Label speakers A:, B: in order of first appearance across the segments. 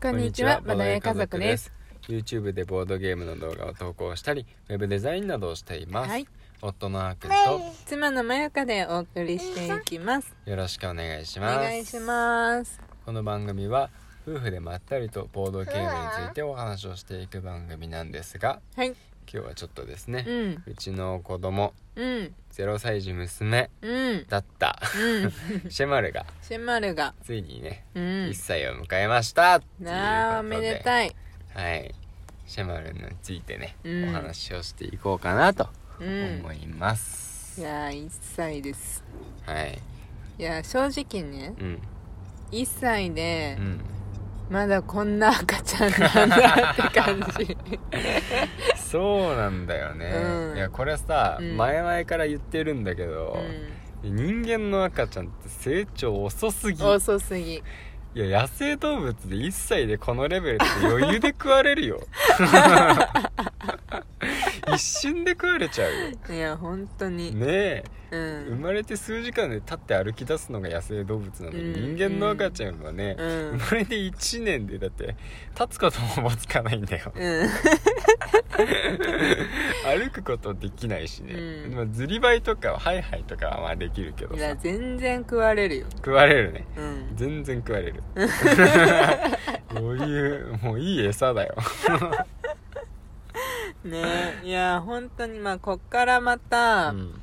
A: こんにちは、バナヤ家族です。。
B: YouTube でボードゲームの動画を投稿したり、ウェブデザインなどをしています。
A: はい、
B: 夫のあーくんと
A: 妻のまよかでお送りしていきます。
B: よろしくお願いし
A: お
B: ます。
A: 願いします。
B: この番組は夫婦でまったりとボードゲームについてお話をしていく番組なんですが、
A: はい、
B: 今日はちょっとですね、
A: うん、
B: うちの子供
A: うん、
B: 0歳児娘
A: うん、
B: だった
A: うん、
B: シェマルが
A: シェマルが、
B: ついにね、
A: うん
B: 1、歳を迎えましたっていうことで
A: なあ、おめでたい。
B: はいシェマルについてね、
A: うん
B: お話をしていこうかなと
A: うん
B: 思、います、
A: いやー、一歳です。
B: はい
A: いやー、正直ね、
B: うん
A: 一歳で
B: う、ん
A: まだこんな赤ちゃんなんだって感じ。
B: そうなんだよね、
A: うん
B: いやこれさ、
A: うん
B: 前々から言ってるんだけど、人間の赤ちゃんって成長遅すぎ
A: うん、遅すぎ。
B: いや野生動物で1歳でこのレベルって余裕で食われ るよ一瞬で食われちゃうよ
A: いや、本当に。
B: ねえ
A: う
B: 生
A: ん、
B: まれて数時間で立って歩き出すのが野生動物なのに、
A: うん
B: 人間の赤ちゃんはね、
A: うん
B: 生まれて1年でだって立つことももつかないんだよ
A: うん。
B: 歩くことできないしね、
A: うん
B: まあ、ずりばいとかハイハイとかはまあできるけど
A: いや
B: さ
A: 全然食われるよ
B: 食われるね
A: うん
B: 全然食わ れる余裕もういい餌だよ
A: ねえいや本当にまあこっからまた、
B: うん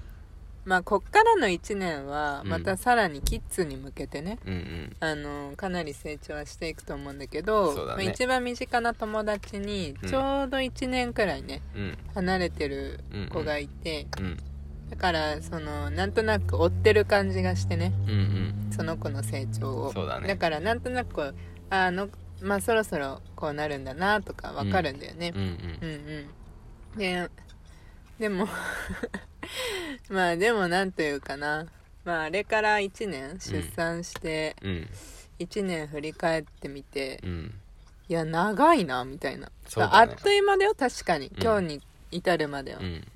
A: まあこっからの1年は
B: うん
A: またさらにキッズに向けてね、
B: うんうん
A: あのかなり成長はしていくと思うんだけど
B: そう
A: ま
B: だ
A: あ、
B: ね
A: 一番身近な友達に
B: うん
A: ちょうど1年くらいね、
B: うん
A: 離れてる
B: うん
A: 子がいて
B: うん
A: だからそのなんとなく追ってる感じがしてね
B: うんうん
A: その子の成長を
B: そうだね
A: からなんとなくこうあのまあそろそろこうなるんだなとかわかるんだよね、
B: うんう
A: う
B: ん
A: んうんででも まあでもなんというかなまああれから1年出産して
B: うん
A: 1年振り返ってみて、
B: うん
A: いや長いなみたいな、
B: そうだね
A: あっという間だよ確かに
B: ん
A: 今日に至るまでは、
B: うんうん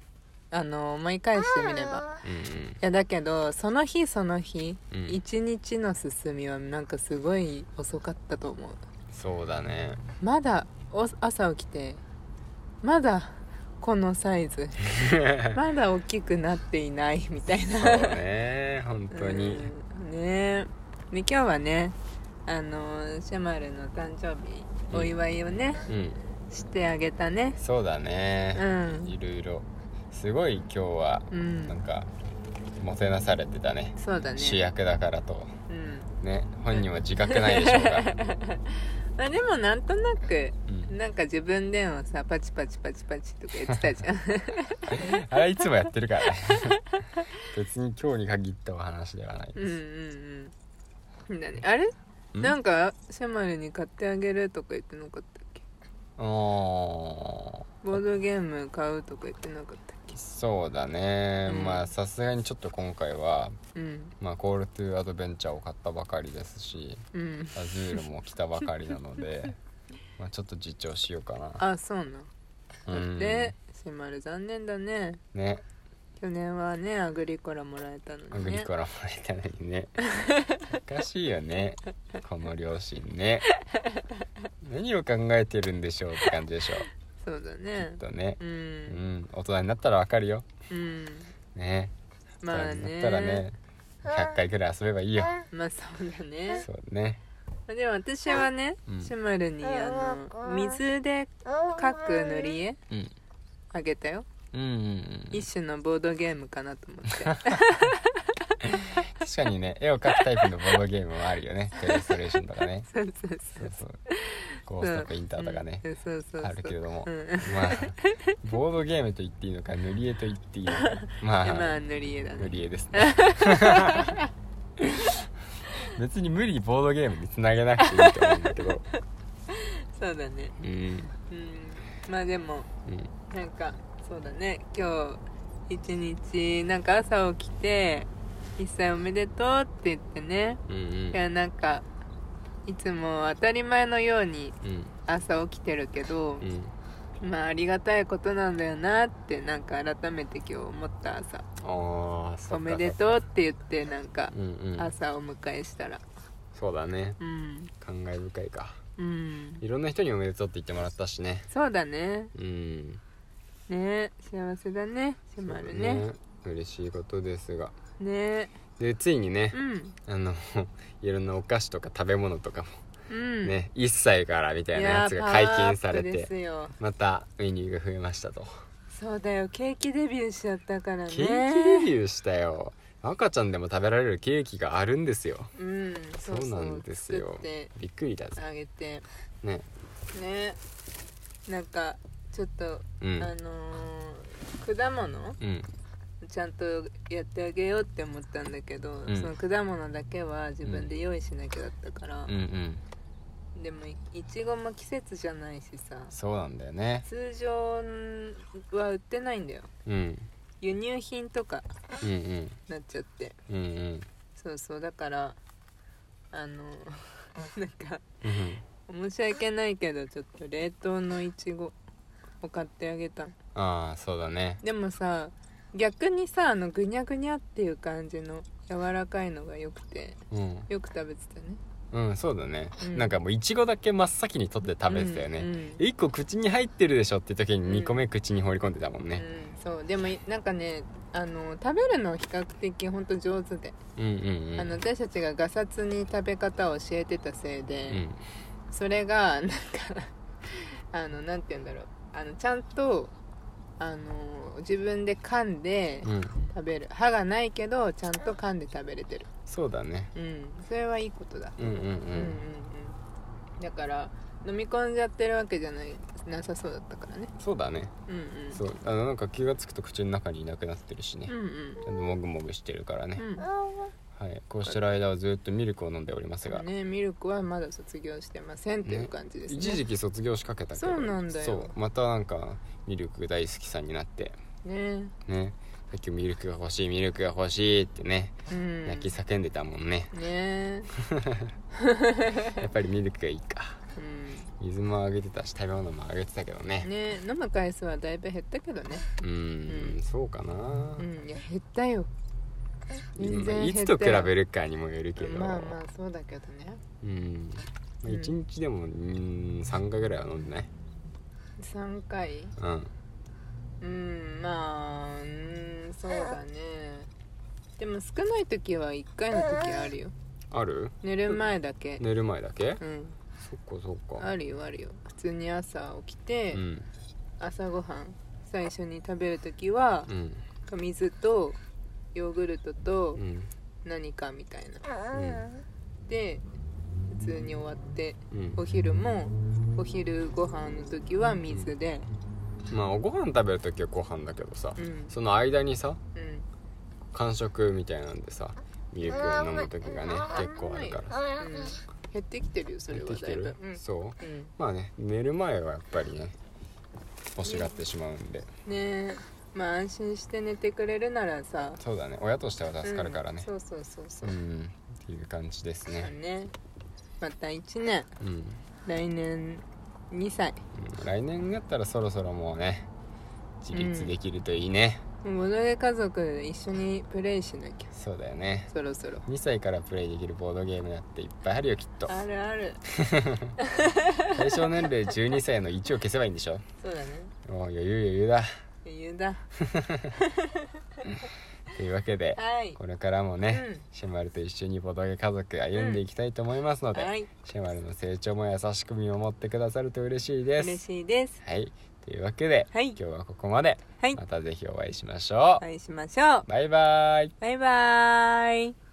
A: あの思い返してみれば
B: うん
A: いやだけどその日その日、
B: うん
A: 一日の進みはなんかすごい遅かったと思う
B: そうだ ね
A: まだお朝起きてまだこのサイズまだ大きくなっていないみたい
B: そう
A: な
B: ね本当に
A: うんねえで今日はねあのシェマルの誕生日
B: うん
A: お祝いをね、
B: うん
A: してあげたね
B: そうだ
A: う
B: ね、
A: ん
B: いろいろすごい今日は
A: う
B: なん
A: ん
B: かもてなされてたね
A: そうだね
B: 主役だからと
A: うん
B: ね本人は自覚ないでしょ う
A: ま
B: が、
A: あでもなんとなく
B: うん
A: なんか自分でもさパチパチパチパチとか言ってた じゃん
B: あれいつもやってるからね 別に今日に限ったお話ではない
A: うんうんうんだねあれ
B: うん
A: なんかシェマルに買ってあげるとか言ってなかったっけ
B: お
A: ボードゲーム買うとか言ってなかったっ
B: ーそうだね、
A: うん
B: まあさすがにちょっと今回は、
A: けうん
B: まあ、コールトゥーアドベンチャーを買ったばかりですし
A: うん
B: アズールも来たばかりな のでまあちょっと自重しようかな
A: あそうなんだ
B: うん
A: ってシェマル残念だね
B: ね
A: 去年はねアグリコラもらえたの
B: ア
A: に
B: グリ
A: ね
B: コラもらえたのにねおかしいよねこの両親ね何を考えてるんでしょうって感じでしょう
A: そうだ
B: き
A: ね
B: っとね
A: う
B: うんん大人になったらわかるよ
A: うん
B: ね
A: まあ
B: 大人になったら
A: ね
B: ね100回くらい遊べばいいよ
A: まあそうだね
B: そうね
A: まあでも私はね
B: うん
A: シェマルにあの水で描く塗り絵
B: うん
A: あげたよ
B: うんうんうん
A: 一種のボードゲームかなと思って
B: 確かにね絵を描くタイプのボードゲームもあるよねテレストレーションとかね
A: そうそうそ
B: そううそうゴーストとかインターとかね
A: うんそうそうそう
B: あるけれども
A: うん、
B: まあボードゲームと言っていいのか塗り絵と言っていいのかまあ
A: まあ塗り絵だ
B: 無
A: ね
B: 理絵ですね別に無理にボードゲームにつなげなくていいと思うんだけど
A: そうだね
B: うん
A: うんまあでも
B: うん
A: なんかそうだね今日一日なんか朝起きて「一歳おめでとう」って言ってね
B: うん
A: いやなんかいつも当たり前のように
B: うん
A: 朝起きてるけど
B: う、ん
A: まあありがたいことなんだよなってなんか改めて今日思った朝
B: ああ
A: 「
B: そっか
A: おめでとう」って言ってなんか
B: うんうん
A: 朝を迎えしたら
B: そうだね
A: うん
B: 感慨深いか
A: うん
B: いろんな人におめでとうって言ってもらったしね
A: そうだね
B: うん
A: ね幸せだねシマルね
B: 嬉しいことですが
A: ね
B: でついにね、
A: うん
B: あのいろんなお菓子とか食べ物とかも
A: うん
B: ね、1歳からみ
A: い
B: たいな
A: や
B: や
A: ーパ
B: つが
A: ワ
B: 解
A: ーア
B: 禁
A: ッ
B: さ
A: プ
B: れ
A: です
B: て
A: よ
B: またメニューが増えましたと
A: そうだよケーキデビューしちゃったからね
B: ケーキデビューしたよ赤ちゃんでも食べられるケーキがあるんですよ
A: うんそう
B: そ
A: うそう
B: なんですよ
A: 作って
B: びっくりだぜ
A: あげて
B: ね
A: ねなんかちょっと、
B: うん
A: あのー果物
B: うん
A: ちゃんとやってあげようって思ったんだけど、
B: うん
A: その果物だけは自分で用意しなきゃだったから
B: うんう、ん
A: でもいいちごも季節じゃないしさ
B: そうなんだよね
A: 通常は売ってないんだよ
B: うん
A: 輸入品とか
B: うんうん
A: なっちゃって
B: うんうん
A: そうそうだからあの なんか
B: うん
A: 申し訳ないけどちょっと冷凍のいちごを買ってあげたの
B: ああそうだね
A: でもさ逆にさあのぐにゃぐにゃっていう感じの柔らかいのがよくて
B: うん
A: よく食べてたね
B: うんそうだね、
A: うん
B: なんかもういちごだけ真っ先に取って食べてたよね、
A: うんうん
B: 1個口に入ってるでしょって時に2個目口に放り込んでたもんね、
A: うん、そうでもなんかねあの食べるの比較的ほんと上手で、
B: うん、うんうん
A: あの私たちがガサツに食べ方を教えてたせいで、
B: うん
A: それがなんかあのなんて言うんだろうあのちゃんとあの自分で噛んで
B: うん
A: 食べる歯がないけどちゃんと噛んで食べれてる
B: そうだね
A: うんそれはいいことだ
B: うんうんう
A: う
B: ん、
A: んうんうんだから飲み込んじゃってるわけじゃないなさそうだったからね
B: そうだね
A: うんうん
B: そうあのなんか気が付くと口の中にいなくなってるしね、
A: うんうん
B: ちゃんともぐもぐしてるからね、
A: うん
B: はい、こうしてる間はずっとミルクを飲んでおりますが、
A: ねミルクはまだ卒業してませんっていう感じですね
B: 一時期卒業しかけたけど
A: そうなんだよ
B: そうまたなんかミルク大好きさんになって
A: ね
B: ねさっきミルクが欲しいミルクが欲しいってね
A: うん
B: 泣き叫んでたもんね、
A: ね
B: やっぱりミルクがいいか
A: う
B: 水もあげてたし食べ物もあげてたけどね
A: んね飲む回数はだいぶ減ったけどね
B: うーん、
A: うん
B: そうかな、
A: うんいや減ったよ全然
B: まあ
A: 減
B: い
A: った
B: つと比べるかにもよるけど、
A: まあまあそうだけどね
B: うん、ま
A: う
B: あ、
A: ん
B: 1日でも、うん、3回ぐらいは飲んでない
A: 3回
B: うん
A: うんまあうんそうだねでも少ない時は1回の時あるよ
B: ある
A: 寝る前だけ
B: 寝る前だけ
A: うん
B: そっかそっか
A: あるよあるよ普通に朝起きて、
B: うん
A: 朝ごはん最初に食べる時は
B: う、ん
A: 水とヨーグルトと
B: うん
A: 何かみたいな
B: うん
A: で普通に終わって
B: うん
A: お昼もお昼ご飯の時は水で
B: まあご飯食べる時はご飯だけどさ、
A: うん
B: その間にさ
A: うん
B: 間食みたいなんでさミルクを飲む時がね結構あるからさ
A: うん減ってきてるよそれ
B: 減っ
A: は
B: て
A: だ
B: きて
A: いぶ
B: る、
A: うん
B: そう
A: うん
B: まあね寝る前はやっぱりね欲しがってしまうんで、
A: ねえまあ安心して寝てくれるならさ
B: そうだね親としては助かるからね、
A: うんそうそうそうそううん
B: っていう感じです
A: まあ
B: ね
A: ねまた1年
B: うん、うん
A: 来年2歳
B: 来年になったらそろそろもうね自立できるといいね、
A: もうボドゲ家族で一緒にプレイしなきゃ
B: そうだよね
A: そろそろ
B: 2歳からプレイできるボードゲームだっていっぱいあるよきっと
A: あるある
B: 対象年齢12歳の1を消せばいいんでしょ
A: そうだね
B: もう余裕余裕だ
A: 余裕だ
B: というわけで
A: はい
B: これからもね、
A: うん
B: シェマルと一緒にボドゲ家族歩んでいきたいと思いますので、
A: はい
B: シェマルの成長も優しく見守ってくださると嬉しいです
A: 嬉しいです
B: はいというわけで、
A: はい
B: 今日はここまで
A: はい
B: またぜひお会いしましょう、
A: お会いしましょう
B: バイバイ
A: バイバーイ